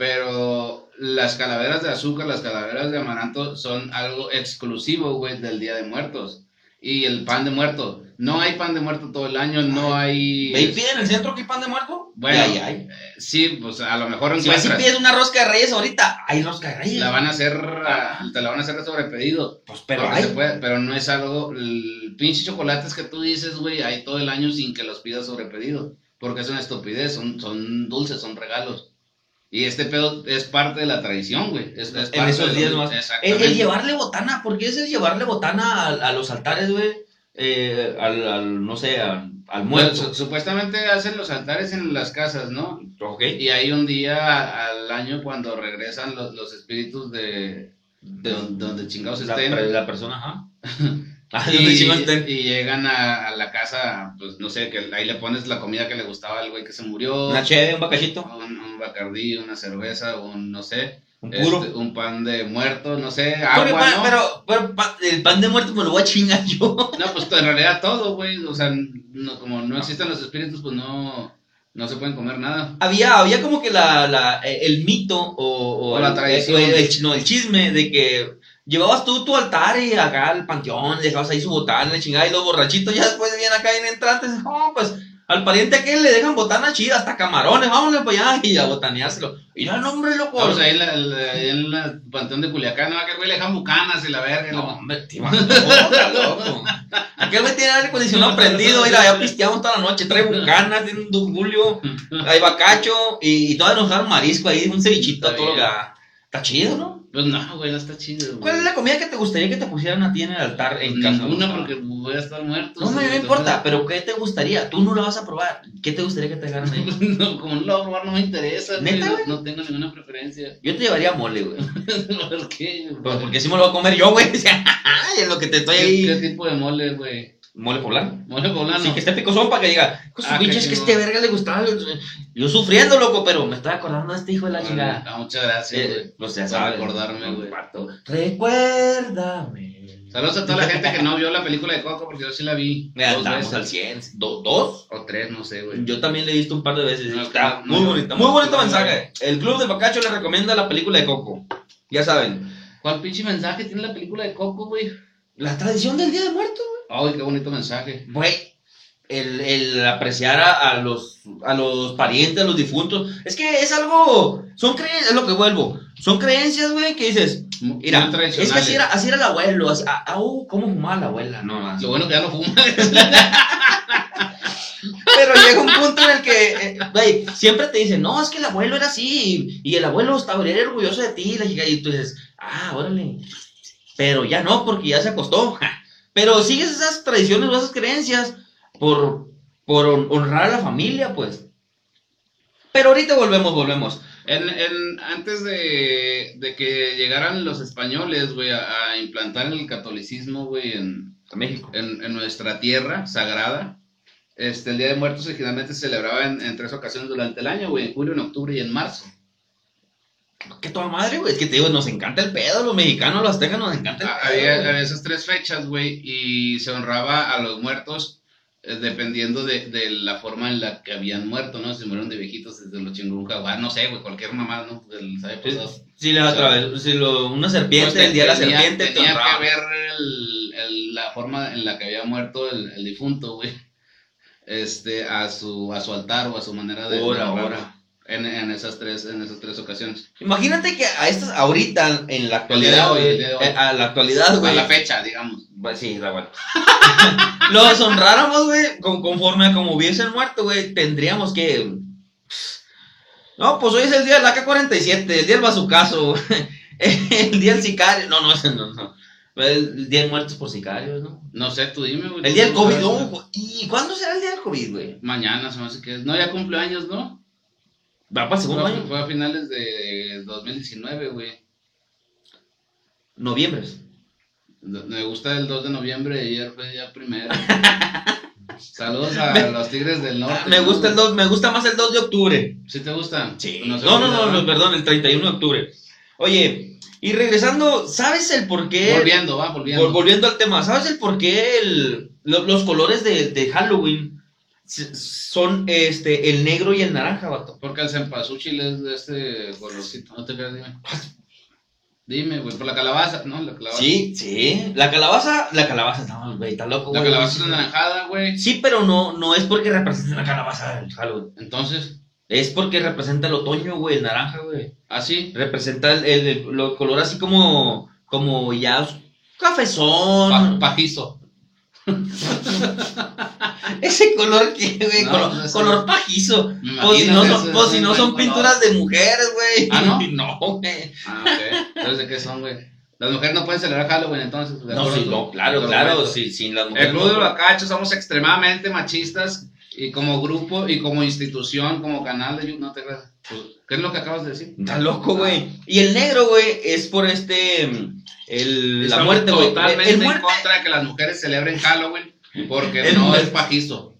Pero las calaveras de azúcar, las calaveras de amaranto son algo exclusivo, güey, del Día de Muertos. Y el pan de muerto. No hay pan de muerto todo el año, no hay... Ve y pide en el centro que hay pan de muerto. Bueno, Y ahí hay. Sí, pues a lo mejor Si vas y encuentras. pides una rosca de reyes ahorita, hay rosca de reyes. La van a hacer, ah, te la van a hacer de sobrepedido. Pues Porque pero hay. se puede, pero no es algo. El pinche chocolates que tú dices, güey, hay todo el año sin que los pidas sobre pedido. Porque es una estupidez, son, son dulces, son regalos. Y este pedo es parte de la tradición, güey. Es, es En parte esos de días lo- más. El, Exactamente. el llevarle botana, porque ese es llevarle botana a, a los altares, güey. Eh, al, al, no sé, a- al Bueno, muerto. su- supuestamente hacen los altares en las casas, ¿no? Ok. Y hay un día al año cuando regresan los, los espíritus de, de don- donde chingados la, estén. la persona, ajá. Ah, donde Y, chingados estén. y llegan a, a la casa, pues no sé, que ahí le pones la comida que le gustaba al güey que se murió. Una cheve, un bacachito, un, un bacardí, una cerveza, un no sé, un este, puro. Ah, un pan de muerto, no sé, Porque agua, pa- ¿no? Pero, pero pa- el pan de muerto me lo voy a chingar yo. No, pues en realidad todo, güey, o sea, no- como no existen los espíritus, pues no, no se pueden comer nada. Había, había como que la, la- eh, el mito o, O la el- tradición. o el, el chi- no, el chisme de que llevabas tú tu altar y acá al panteón, dejabas ahí su botana, la chingada, y los borrachitos ya después vienen acá, vienen entrantes, no, pues al pariente aquel le dejan botanas chidas, hasta camarones, vámonos para allá y a botaneárselo. Y no, el hombre loco. Vamos ahí en la- la- ahí en la panteón de Culiacán, ¿no? Que güey le dejan bucanas y la verga. y no, la- hombre, te imaginas, no, loco. Aquel güey tiene aire acondicionado prendido, mira, ya pisteamos toda la noche, trae bucanas, tiene un dungulio. Ahí va Cacho y, y todavía nos dan marisco ahí, un cevichito, Está todo lo que bien. da. Está chido, ¿no? Pues no, güey, no está chido, güey. ¿Cuál es la Pues comida que te gustaría que te pusieran a ti en el altar en casa? Ninguna Gustavo? porque voy a estar muerto. No sí, me no entonces- importa, pero ¿qué te gustaría? Tú no la vas a probar. ¿Qué te gustaría que te hagan ahí? No, como no lo voy a probar, no me interesa, güey, ¿Neta, no- güey? No tengo ninguna preferencia. Yo te llevaría mole, güey. ¿Por qué? güey? Pues porque si me lo voy a comer yo, güey. O sea, es lo que te estoy ¿Qué, qué ahí. tipo de mole, güey? Mole poblano. Mole poblano. Sí, que esté picosón para que diga. "Hijo de su Ah, pinche, qué es que chingón. este verga le gustaba. Yo sufriendo, loco, pero me estaba acordando de este hijo de la Bueno, chingada. ah, muchas gracias, güey. Eh, pues ya Por sabes. recordarme, güey. vato. Recuérdame. Saludos a toda la gente que no vio la película de Coco, porque yo sí la vi. Mira, dos andamos veces. al 100. ¿Do- ¿Dos? O tres, no sé, güey. Yo también le he visto un par de veces. No, está no, muy no, bonita. no, muy bonito no, mensaje. El Club del Bacacho le recomienda la película de Coco. Ya saben. ¿Cuál pinche mensaje tiene la película de Coco, güey? La tradición del Día de Muertos. Ay, qué bonito mensaje. Güey. El, el apreciar a, a los, a los parientes, a los difuntos. Es que es algo. Son creencias, es lo que vuelvo. Son creencias, güey, que dices. Mu- Mira, muy es tradicional. que así era, así era el abuelo. Así, ah, ah, uh, ¿Cómo fumaba la abuela? No, así. Lo bueno que ya no fuma. Pero llega un punto en el que, eh, güey, siempre te dicen, no, es que el abuelo era así, y el abuelo estaba era orgulloso de ti, y la chica- y tú dices, ah, órale, pero ya no, porque ya se acostó. ja. Pero sigues esas tradiciones o esas creencias por, por hon- honrar a la familia, pues. Pero ahorita volvemos, volvemos. En, en- antes de, de que llegaran los españoles, güey, a, a implantar el catolicismo, güey, en, A México. en, en nuestra tierra sagrada. Este, el Día de Muertos originalmente se celebraba en, en tres ocasiones durante el año, güey, en julio, en octubre y en marzo. Que toda madre, güey, es que te digo, nos encanta el pedo, los mexicanos, los aztecas, nos encanta A- el Ah, Había pedo. güey. había esas tres fechas, güey, y se honraba a los muertos eh, dependiendo de, de la forma en la que habían muerto, ¿no? Se murieron de viejitos, desde los chingó un jaguar, no sé, güey, cualquier mamá, ¿no? Del- sabe, pues, Sí, sí, la otra vez, sí, lo- una serpiente, Pues, el día de la tenía- serpiente, te Tenía honraba. que ver el- el- la forma en la que había muerto el, el difunto, güey. Este, a su, a su altar o a su manera de. Ora, de honrarlo. ora. En, en esas tres, en esas tres ocasiones. Imagínate que a estas ahorita en la actualidad, El día de hoy, güey, el día de hoy. eh, a la actualidad, A güey. la fecha, digamos. Pues Sí, da igual. Los honráramos, güey, con, conforme a como hubiesen muerto, güey, tendríamos que No, pues hoy es el día del AK-47, el día del bazucazo. El día del sicario. No, no, ese no, no. El día de muertos por sicarios, ¿no? No sé, tú dime, güey. El día del ¿Tú COVID, sabes? no. güey. ¿Y cuándo será el día del COVID, güey? Mañana, se me hace que es. No, ya cumple años, ¿no? ¿Va para el segundo Fue a- año? Fue a finales de 2019, güey. Noviembre. No- Me gusta el 2 de noviembre y ayer fue día primero. Saludos a los Tigres del Ah, Norte. Me gusta el ¿no? 2, me gusta más el 2 de octubre. ¿Sí te gustan? Sí. No, No, sé no, por qué, no, no, perdón, el 31 de octubre. Oye, y regresando, ¿sabes el por qué? Volviendo, va, volviendo. Vol- volviendo al tema, ¿sabes el por qué el- lo- los colores de, de Halloween s- son este, el negro y el naranja, vato? Porque el cempasúchil es de este colorcito. No te creas, dime. Dime, güey, por la calabaza, ¿no? La calabaza. Sí, sí. La calabaza, la calabaza, no, güey, está loco, La güey. calabaza es naranjada, güey. Sí, pero no, no es porque representa la calabaza el Halloween. Entonces, Es porque representa el otoño, güey, el naranja, güey. así. Representa el, el, el- lo- color así como, como ya os- cafezón. pa- pajizo. Ese color que, güey, No, color, no sé. color pajizo. Me imagino Pues si no que son, ese pues es si un no buen son color. pinturas de mujeres, güey. Ah, ¿no? No, güey. Ah, ok. Entonces, ¿de qué son, güey? Las mujeres no pueden celebrar Halloween, entonces. pues, de No, acuerdo sí, a tu- no, a claro, tu claro, argumento. sí, sin las mujeres. El Club de no. Bacacho somos extremadamente machistas y como grupo y como institución, como canal de YouTube, no te creas. Pues, ¿Qué es lo que acabas de decir? Está loco, güey. Ah. Y el negro, güey, es por este. mm, El, la Ah, Estamos muerte, güey. Totalmente El en muerte. contra de que las mujeres celebren Halloween porque El no muerte. es pajizo.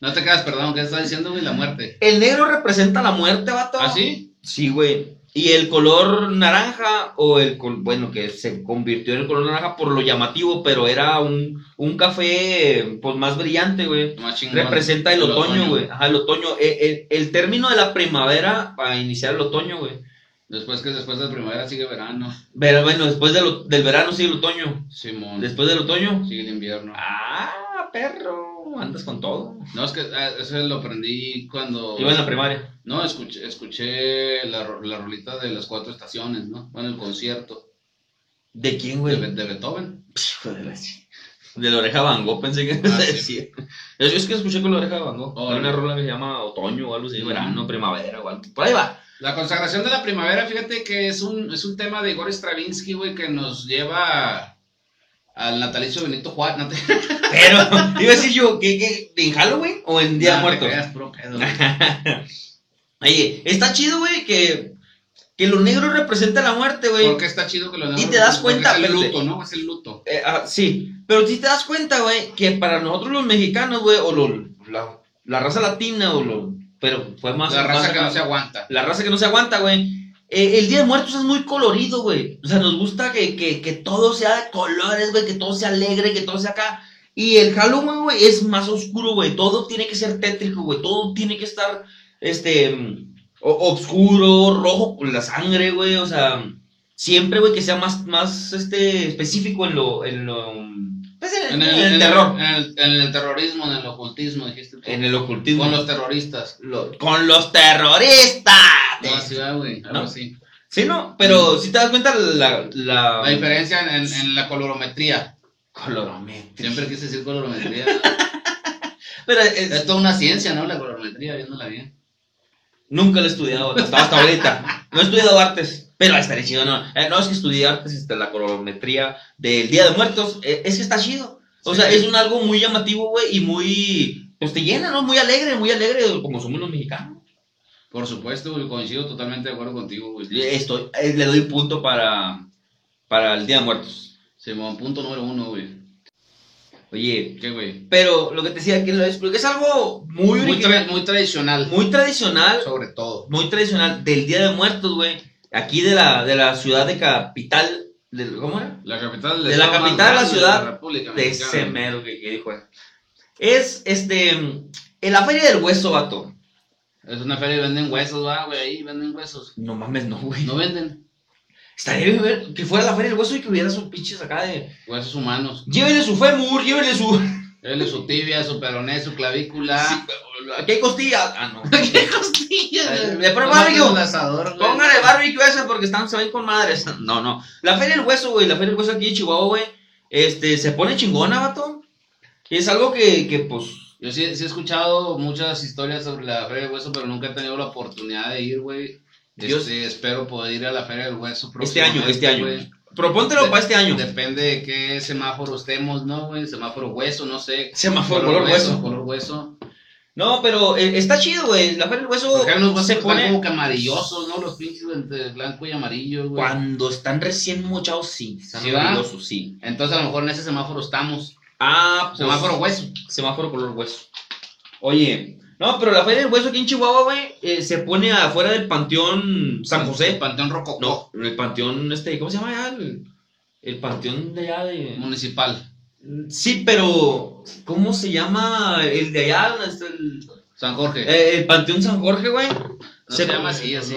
No te creas, perdón, ¿qué estás diciendo, güey? La muerte. El negro representa la muerte, vato. ¿Ah, sí? Sí, güey. Y el color naranja, o el col- bueno, que se convirtió en el color naranja por lo llamativo, pero era un, un café pues más brillante, güey. Más chingón. Representa el, otoño, güey. güey. Ajá, el otoño. Eh, El, el término de la primavera para iniciar el otoño, güey. Después que después de primavera sigue verano. Pero bueno, después del o- del verano sigue el otoño. Simón. Después del otoño. Sigue el invierno. Ah, perro. Andas con todo. No, es que ah, eso lo aprendí cuando. Iba en la primaria. No, escuché, escuché la, ro- la rolita de las cuatro estaciones, ¿no? Bueno, el concierto ¿De quién, de, güey? Be- de Beethoven. Hijo de la ch- De la oreja Van Gogh, pensé que ibas a Ah, sí. decir. Yo es que escuché con la oreja Van Gogh. Oh, Hay una no. rola que se llama Otoño o algo así, Mm. verano, primavera o algo. Por ahí va. La consagración de la primavera, fíjate que es un, es un tema de Igor Stravinsky, güey, que nos lleva a- al natalicio de Benito Juárez. No te Pero, iba a decir yo, ¿qué, qué, en Halloween o en Día de no te Muertos? creas, puro pedo, güey. Oye, está chido, güey, que, que lo negro representa la muerte, güey. Porque está chido que lo Y te das porque cuenta, Es el pero te- luto, ¿no? Es el luto. Eh, ah, sí, pero si te das cuenta, güey, que para nosotros los mexicanos, güey, o los- la, la raza latina, o los... Pero fue más... la raza más- que no se aguanta. La raza que no se aguanta, güey. Eh, el Día de Muertos es muy colorido, güey. O sea, nos gusta que, que, que todo sea de colores, güey, que todo sea alegre, que todo sea acá. Y el Halloween, güey, es más oscuro, güey. Todo tiene que ser tétrico, güey. Todo tiene que estar, este, mm, o- oscuro, rojo con la sangre, güey. O sea, siempre, güey, que sea más, más, este, específico en lo, en lo, pues, en, en el, terror. En el, en el terrorismo, en el ocultismo, dijiste tú. En el ocultismo. Con los terroristas. Lo- con los terroristas. No, así va, güey. Algo ¿No? así. Sí, no, pero si te das cuenta la, la, La diferencia en, en- en la colorometría. colorometría. Siempre quise decir colorometría. Pero es- es toda una ciencia, ¿no? La colorometría, viéndola bien. nunca lo he estudiado, hasta, hasta ahorita. No he estudiado artes, pero estaría chido, ¿no? Eh, no, es que estudié artes, este, la colorometría del Día de Muertos, eh, es que está chido. O Sí. sea, es un algo muy llamativo, güey, y muy, pues te llena, ¿no? Muy alegre, muy alegre, como somos los mexicanos. Por supuesto, güey, coincido totalmente de acuerdo contigo, güey. Eh, Estoy, eh, le doy punto para, para el Día de Muertos. Simón, punto número uno, güey. Oye, ¿Qué, güey? pero lo que te decía que lo es, porque es algo muy, Muy, original, tra- muy tradicional, muy tradicional, sobre todo. muy tradicional del Día de Muertos, güey. Aquí de la, de la ciudad de capital, de, ¿cómo era? La capital De la estado más capital a la grande ciudad la República De Mexicana. ese mero que, que dijo. él. Es, este, en la Feria del Hueso, vato. Es una feria y venden huesos, va, güey, ahí venden huesos. No mames, no, güey. No venden Estaría bien ver que fuera la Feria del Hueso y que hubiera esos pinches acá de... huesos humanos. Llévenle su fémur, llévenle su... Él es su tibia, su peroné, su clavícula. Sí, Aquí hay costillas. Ah, no. Ah. ¡Qué costillas! De prueba, Nomás tiene amigo. un asador, güey. Póngale barbecue a esa porque están, se ven con madres. No, no. La Feria del Hueso, güey. La Feria del Hueso aquí en Chihuahua, güey. Este, se pone chingona, vato. Es algo que, que pues, Yo sí, sí he escuchado muchas historias sobre la Feria del Hueso, pero nunca he tenido la oportunidad de ir, güey. Dios- Este, espero poder ir a la Feria del Hueso Este año, próximamente, este año. güey. Propóntelo De- para este año. Depende de qué semáforo estemos, ¿no, güey? Semáforo hueso, no sé. Semáforo color hueso. Color hueso. No, pero eh, está chido, güey. La Feria del Hueso Porque los se huesos pone... están como que amarillosos, ¿no? Los pinches entre blanco y amarillo, güey. Cuando están recién mochados, sí. Están ¿Sí, va? amarillosos, sí. Entonces a lo mejor en ese semáforo estamos. Ah, pues, Semáforo hueso. semáforo color hueso. Oye, no, pero la Feria del Hueso aquí en Chihuahua, güey, eh, se pone afuera del Panteón San José. Pues, Panteón Rococó. No, el Panteón, este, ¿cómo se llama allá? El, el Panteón de allá de... Municipal. Sí, pero, ¿cómo se llama el de allá? donde está El, San Jorge. eh, el Panteón San Jorge, güey. no se, llama así, así.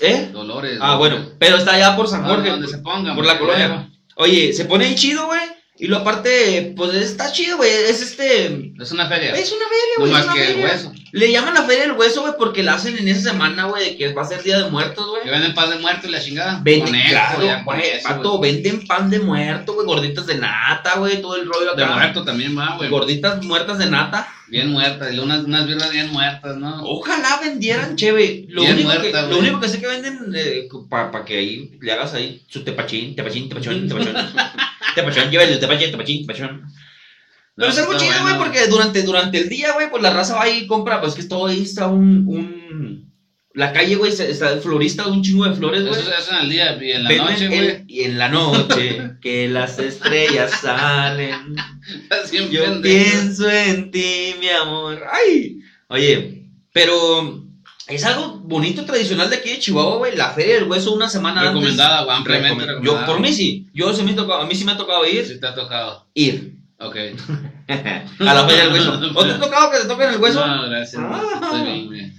¿Eh? Dolores. Ah, bueno, Dolores. pero está allá por San Ah, Jorge. Donde se pongan. Por la porque, colonia. Oye, se pone ahí chido, güey. Y lo aparte, pues está chido, güey. Es este. bueno, Es una feria. Es una feria, No güey. más es una que el feria. hueso. Le llaman la feria del hueso, güey, porque la hacen en esa semana, güey, de que va a ser día de muertos, Que güey. venden paz de muerto y la chingada. Venden, Con eso, claro, ya, con güey, eso, pato, güey. venden pan de muerto, güey, gorditas de nata, güey, todo el rollo De acá. muerto también va, güey. Gorditas muertas de nata. Bien muertas. y Unas, unas birras bien muertas, ¿no? Ojalá vendieran, chévere. Lo, Bien único, muerta, que, güey. lo único que sé que venden para que ahí le hagas ahí su tepachín, tepachín, tepachón, tepachón. tepachón, llévale el tepachín, tepachín, tepachón. Pero es algo está chido, güey, bueno. porque durante, durante el día, güey, pues la raza va ahí y compra, pues que es todo ahí está un, un... La calle, güey, se- está el florista, un chingo de flores, güey. Eso es eso en el día y en la Venden noche, el- güey. y en la noche que las estrellas salen. Siempre Yo venden. pienso en ti, mi amor. Ay. Oye, pero es algo bonito tradicional de aquí de Chihuahua, güey. La feria del hueso una semana antes. Recomendada, güey, ampliamente Recom- recomendada. Yo por mí sí. Yo sí me he tocado- a mí sí me ha tocado ir. Sí te ha tocado. Ir. Ok. a la feria del hueso. ¿O te ha tocado que te toquen el hueso? No, gracias. güey. Ah. Estoy bien, güey.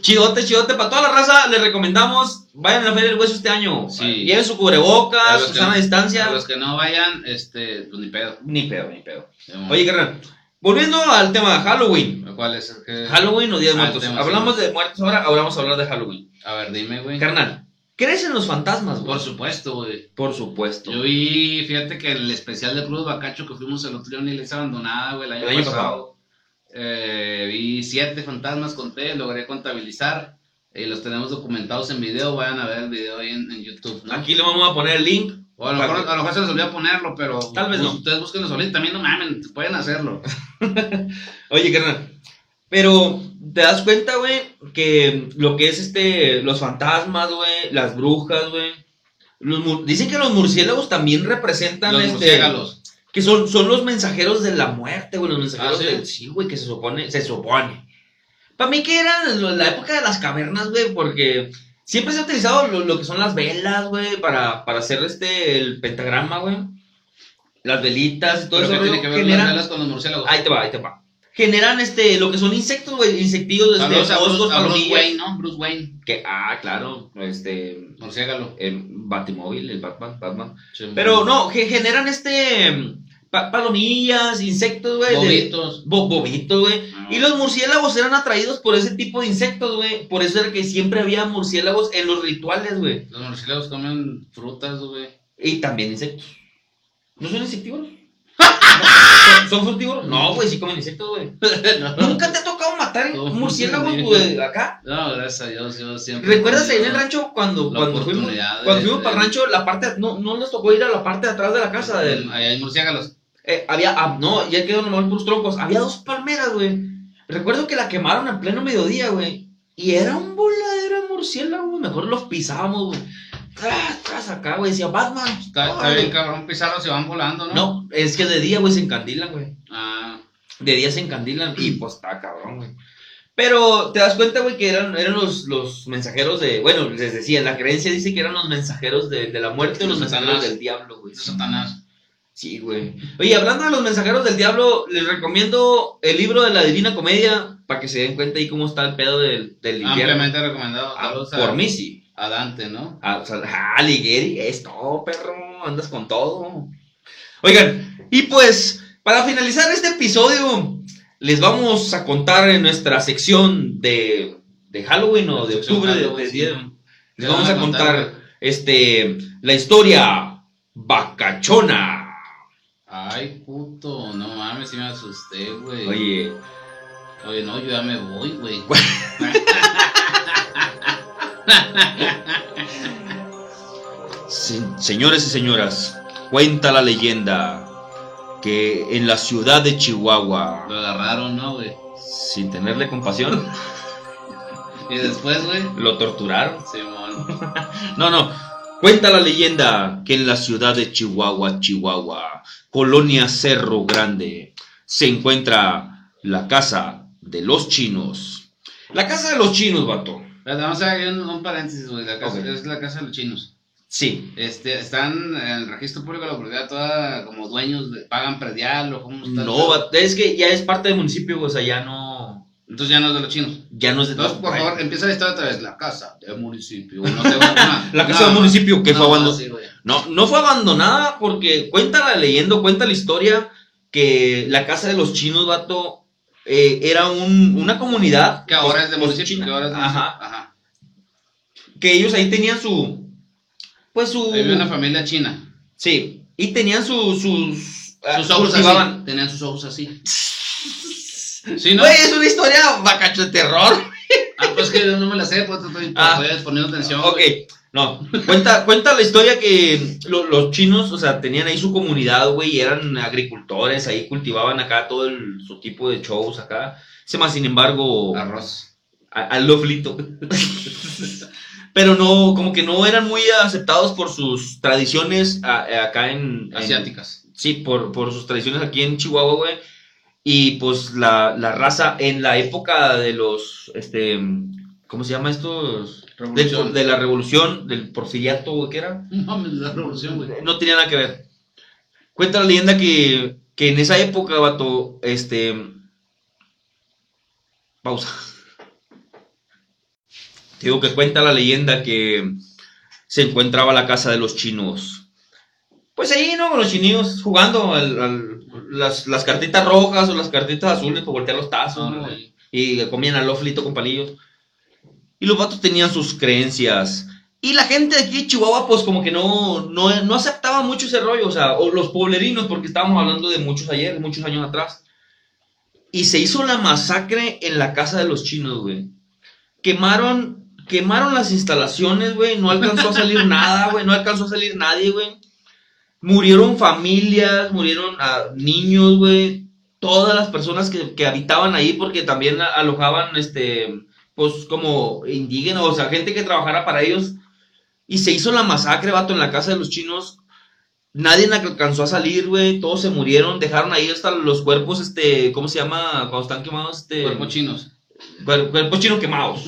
Chidote, chidote, para toda la raza, les recomendamos, vayan a la Feria del Hueso este año. Sí. Lleven su A cubrebocas, los su que- sana distancia. A los que no vayan, este, pues ni pedo. Ni pedo, ni pedo. Oye, Oye, carnal, volviendo al tema de Halloween. ¿cuál es el que.? Halloween o Día de Ah, Muertos. tema, Hablamos sí. de muertos ahora, ahora vamos a hablar de Halloween. A ver, dime, güey. Carnal, ¿crees en los fantasmas? güey? Por supuesto, güey. Por supuesto. Yo vi, fíjate que el especial de Cruz Bacacho que fuimos el otro día a una iglesia abandonada, güey, el año, El año pasado. pasado. eh, vi siete fantasmas, conté, logré contabilizar. Y los tenemos documentados en video. Vayan a ver el video ahí en, en YouTube. ¿no? Aquí le vamos a poner el link. O a lo, mejor, a lo mejor se les olvidó ponerlo, pero. Tal vez no. Ustedes búsquenlo solito. También no mamen, pueden hacerlo. Oye, carnal. Pero te das cuenta, güey, que lo que es este, los fantasmas, güey, las brujas, güey. Los mur- Dicen que los murciélagos también representan Los este, murciélagos. Que son, son los mensajeros de la muerte, güey. Los mensajeros Ah, ¿sí? del- Sí, güey, que se supone. Se supone. Para mí que era lo- la época de las cavernas, güey, porque siempre se ha utilizado lo, lo que son las velas, güey, para, para hacer este, el pentagrama, güey. Las velitas y todo eso. ¿Pero qué güey, tiene que ver las generan, velas con los murciélagos? ahí te va, ahí te va. Generan este, lo que son insectos, güey, insectillos, este, Saludos a Bruce- moscos, a Bruce palomillas. Wayne, ¿no? Bruce Wayne. Que, ah, claro, este, Murciélago. el Batimóvil, el Batman, Batman. Pero no, que generan este mm, pa- palomillas, insectos, güey. de- Bobitos. bo- bobitos, güey. Ah. Y los murciélagos eran atraídos por ese tipo de insectos, güey. Por eso era que siempre había murciélagos en los rituales, güey. Los murciélagos comen frutas, güey. Y también insectos. ¿No son insectívoros? ¿No? ¿Son- ¿Son frutívoros? No, güey, sí comen insectos, güey. ¿Nunca te ha tocado matar No, un murciélago, ni- güey, acá? No, gracias a Dios, yo siempre. ¿Recuerdas ahí en el rancho cuando, La cuando fuimos, oportunidad de- cuando fuimos para el de- rancho, la parte, no, no les tocó ir a la parte de atrás de la casa del, Ahí hay murciélagos. Eh, había, ah, no, ya quedó nomás puros troncos. Había dos palmeras, güey. Recuerdo que la quemaron en pleno mediodía, güey. Y era un voladero de murciélago, güey. Mejor los pisábamos, güey. Tras, tras acá, güey. Decía Batman. pues, Está, está órale". bien, cabrón, pisarlos se van volando, ¿no? No, es que de día, güey, se encandilan, güey. Ah, De día se encandilan. Y pues está cabrón, güey. Pero te das cuenta, güey, que eran, eran los, los mensajeros de. Bueno, les decía, la creencia dice que eran los mensajeros de, de la muerte o los Los mensajeros Satanás. del diablo, güey. es Satanás. Sí, güey. Oye, hablando de los mensajeros del diablo, les recomiendo el libro de la Divina Comedia para que se den cuenta ahí cómo está el pedo del, del infierno. Ampliamente recomendado. Ah, Saludos a, por mí sí. a Dante, ¿no? Ah, o sea, ah, Ligeri, esto, perro, andas con todo. Oigan, y pues, para finalizar este episodio, les vamos a contar en nuestra sección de, de Halloween o La de sección octubre, de, Halloween, de- sí. de- Te les vamos van a a contar contar. este, la historia bacachona. Ay, puto, no mames, si me asusté, güey. Oye. Oye, no, yo ya me voy, güey. Se- Señores y señoras, cuenta la leyenda que en la ciudad de Chihuahua, Lo agarraron, ¿no, güey? sin tenerle compasión, Y después, güey, lo torturaron. Simón. No, no. Cuenta la leyenda que en la ciudad de Chihuahua, Chihuahua, colonia Cerro Grande, se encuentra la casa de los chinos. La casa de los chinos, vato. Pero vamos a ver un, un paréntesis, güey. La casa- Ok. Es la casa de los chinos. Sí. Este, están en el registro público de la propiedad toda como dueños, de- pagan predial o cómo está. el No, pedo? vato, es que ya es parte del municipio, o sea, ya no. Entonces ya no es de los chinos. Ya no es de Entonces, por favor, empieza la historia otra vez. La casa del municipio. No sé, güey, no. La casa No, del municipio que no, fue abandonada. sí, güey. No, no fue abandonada porque cuenta la leyenda, cuenta la historia que la casa de los chinos, vato, eh, era un- una comunidad. Que ahora es de los municipio. chinos. Que ahora es de Pues, Ajá. municipio. Ajá. Que ellos ahí tenían su. Pues su. Ahí vive una familia china. Sí. Y tenían su, sus. ah, Sus ojos cultivaban- así. Tenían sus ojos así. Sí, ¿no? Güey, es una historia bacacho de terror. Ah, pues que no me la sé, pues estoy Ah. estoy poniendo atención. ok. güey. No, cuenta, cuenta la historia que lo- los chinos, o sea, tenían ahí su comunidad, güey, y eran agricultores, ahí cultivaban acá todo el- su tipo de shows acá. Se más, sin embargo, Arroz. a- al loflito. Pero no, como que no eran muy aceptados por sus tradiciones a- acá en, en- Asiáticas. sí, por, por sus tradiciones aquí en Chihuahua, güey. Y pues la, la raza en la época de los, este, ¿cómo se llama estos? De, Revolución. de la revolución, del porfiriato, güey, ¿qué era? No mames, la revolución, güey. No tenía nada que ver. Cuenta la leyenda que, que en esa época, vato, este... Pausa. Te digo que cuenta la leyenda que se encontraba la casa de los chinos. Pues ahí, ¿no? Con los chinos jugando al- al- las, las cartitas rojas o las cartitas azules para voltear los tazos. ¿no? Órale. Y comían al oflito con palillos. Y los vatos tenían sus creencias. Y la gente de aquí de Chihuahua, pues como que no, no, no aceptaba mucho ese rollo. O sea, o los pueblerinos, porque estábamos hablando de muchos ayer, muchos años atrás. Y se hizo la masacre en la casa de los chinos, güey. Quemaron, quemaron las instalaciones, güey. No alcanzó a salir nada, güey. No alcanzó a salir nadie, güey. Murieron familias, murieron ah, niños, güey todas las personas que, que habitaban ahí porque también a- alojaban este pues como indígenas, o sea, gente que trabajara para ellos. Y se hizo la masacre, vato, en la casa de los chinos. Nadie na- alcanzó a salir, güey. Todos se murieron. Dejaron ahí hasta los cuerpos, este, ¿cómo se llama? Cuando están quemados, este. Cuerpos chinos. cuer- cuerpos chinos quemados.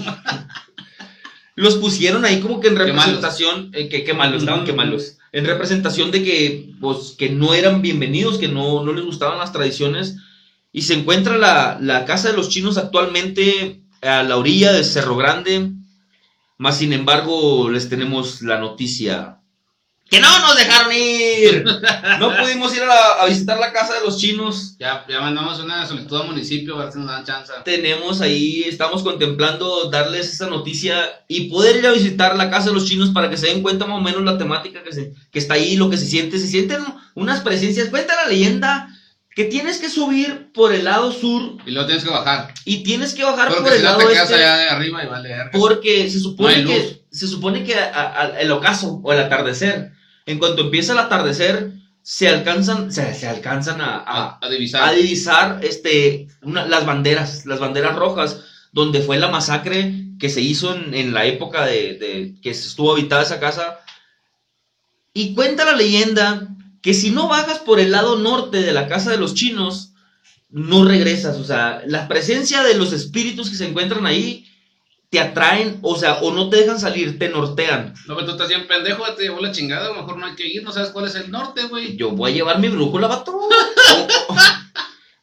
los pusieron ahí como que en Quemalos. representación. eh, que, que malos, estaban Ujú. que malos. En representación de que, pues, que no eran bienvenidos, que no, no les gustaban las tradiciones. Y se encuentra la, la casa de los chinos actualmente a la orilla de Cerro Grande. Más sin embargo, les tenemos la noticia. ¡Que no nos dejaron ir! No pudimos ir a, a visitar la casa de los chinos. Ya, ya mandamos una solicitud al municipio a ver si nos dan chance. Tenemos ahí, estamos contemplando darles esa noticia y poder ir a visitar la casa de los chinos para que se den cuenta más o menos la temática que, se, que está ahí, lo que se siente. Se sienten unas presencias. Cuenta la leyenda que tienes que subir por el lado sur Y luego tienes que bajar. y tienes que bajar Porque por si el no lado te quedas este allá de arriba y vale verga. porque se No supone hay luz. que se supone que a- a- el ocaso o el atardecer en cuanto empieza el atardecer se alcanzan se, se alcanzan a, a- A, a divisar. a divisar este una- las banderas las banderas rojas donde fue la masacre que se hizo en, en la época de, de que se estuvo habitada esa casa y cuenta la leyenda que si no bajas por el lado norte de la casa de los chinos, no regresas. O sea, la presencia de los espíritus que se encuentran ahí te atraen, o sea, o no te dejan salir, te nortean. No, pero tú estás bien pendejo, te llevó la chingada. A lo mejor no hay que ir, no sabes cuál es el norte, güey. Yo voy a llevar mi brújula, vato.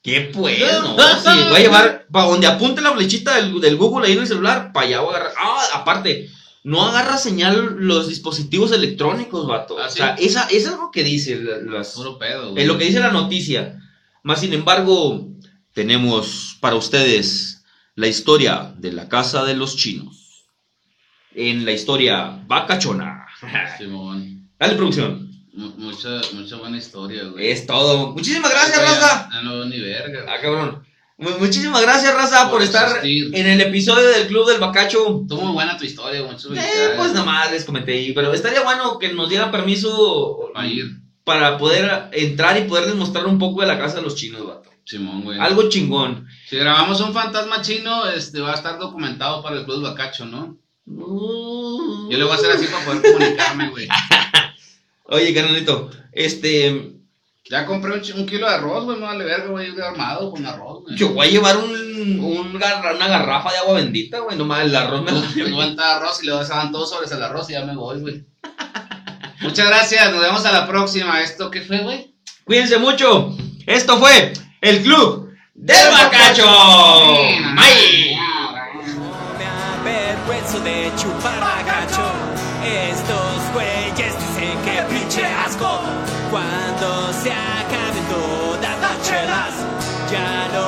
¿Qué pues? No, sí, voy a llevar para donde apunte la flechita del, del Google ahí en el celular, para allá voy a agarrar. Ah, aparte, no agarra señal los dispositivos electrónicos, vato. Ah, O sea, esa, es algo que dice la- las, Puro pedo, güey. Es lo que dice la noticia. Más sin embargo, tenemos para ustedes la historia de la casa de los chinos. En la historia Bacachona. Ah, Simón. Dale, producción. Mu- Mucha, mucha buena historia, güey. Es todo. Muchísimas gracias, Oye, Raza. Ya no veo ni verga. güey. Ah, cabrón. Mu- Muchísimas gracias, Raza, por, Por estar asistir. en el episodio del Club del Bacacho. Estuvo muy buena tu historia, güey. muchas Eh, felicidades. pues nomás les comenté ahí, pero estaría bueno que nos dieran permiso Para ir, para poder entrar y poderles mostrar un poco de la casa de los chinos, vato. Simón, güey. Algo chingón. Si grabamos un fantasma chino, este va a estar documentado para el Club Bacacho, ¿no? Yo le voy a hacer así para poder comunicarme, güey. Oye, carnalito, este, Ya compré un, chi- un kilo de arroz, güey, no vale verga, güey, yo armado con arroz, güey. yo voy a llevar un, un garra- una garrafa de agua bendita, güey, nomás el arroz me Me lo- cuenta arroz y le vas a dar dos sobres al arroz y ya me voy, güey. Muchas gracias, nos vemos a la próxima. ¿Esto qué fue, güey? Cuídense mucho. Esto fue el Club del Bacacho. Bye. Me avergüenzo de chupar bacacho. Estos güeyes dicen que pinche asco. Cuando se acaben todas las chelas, ya no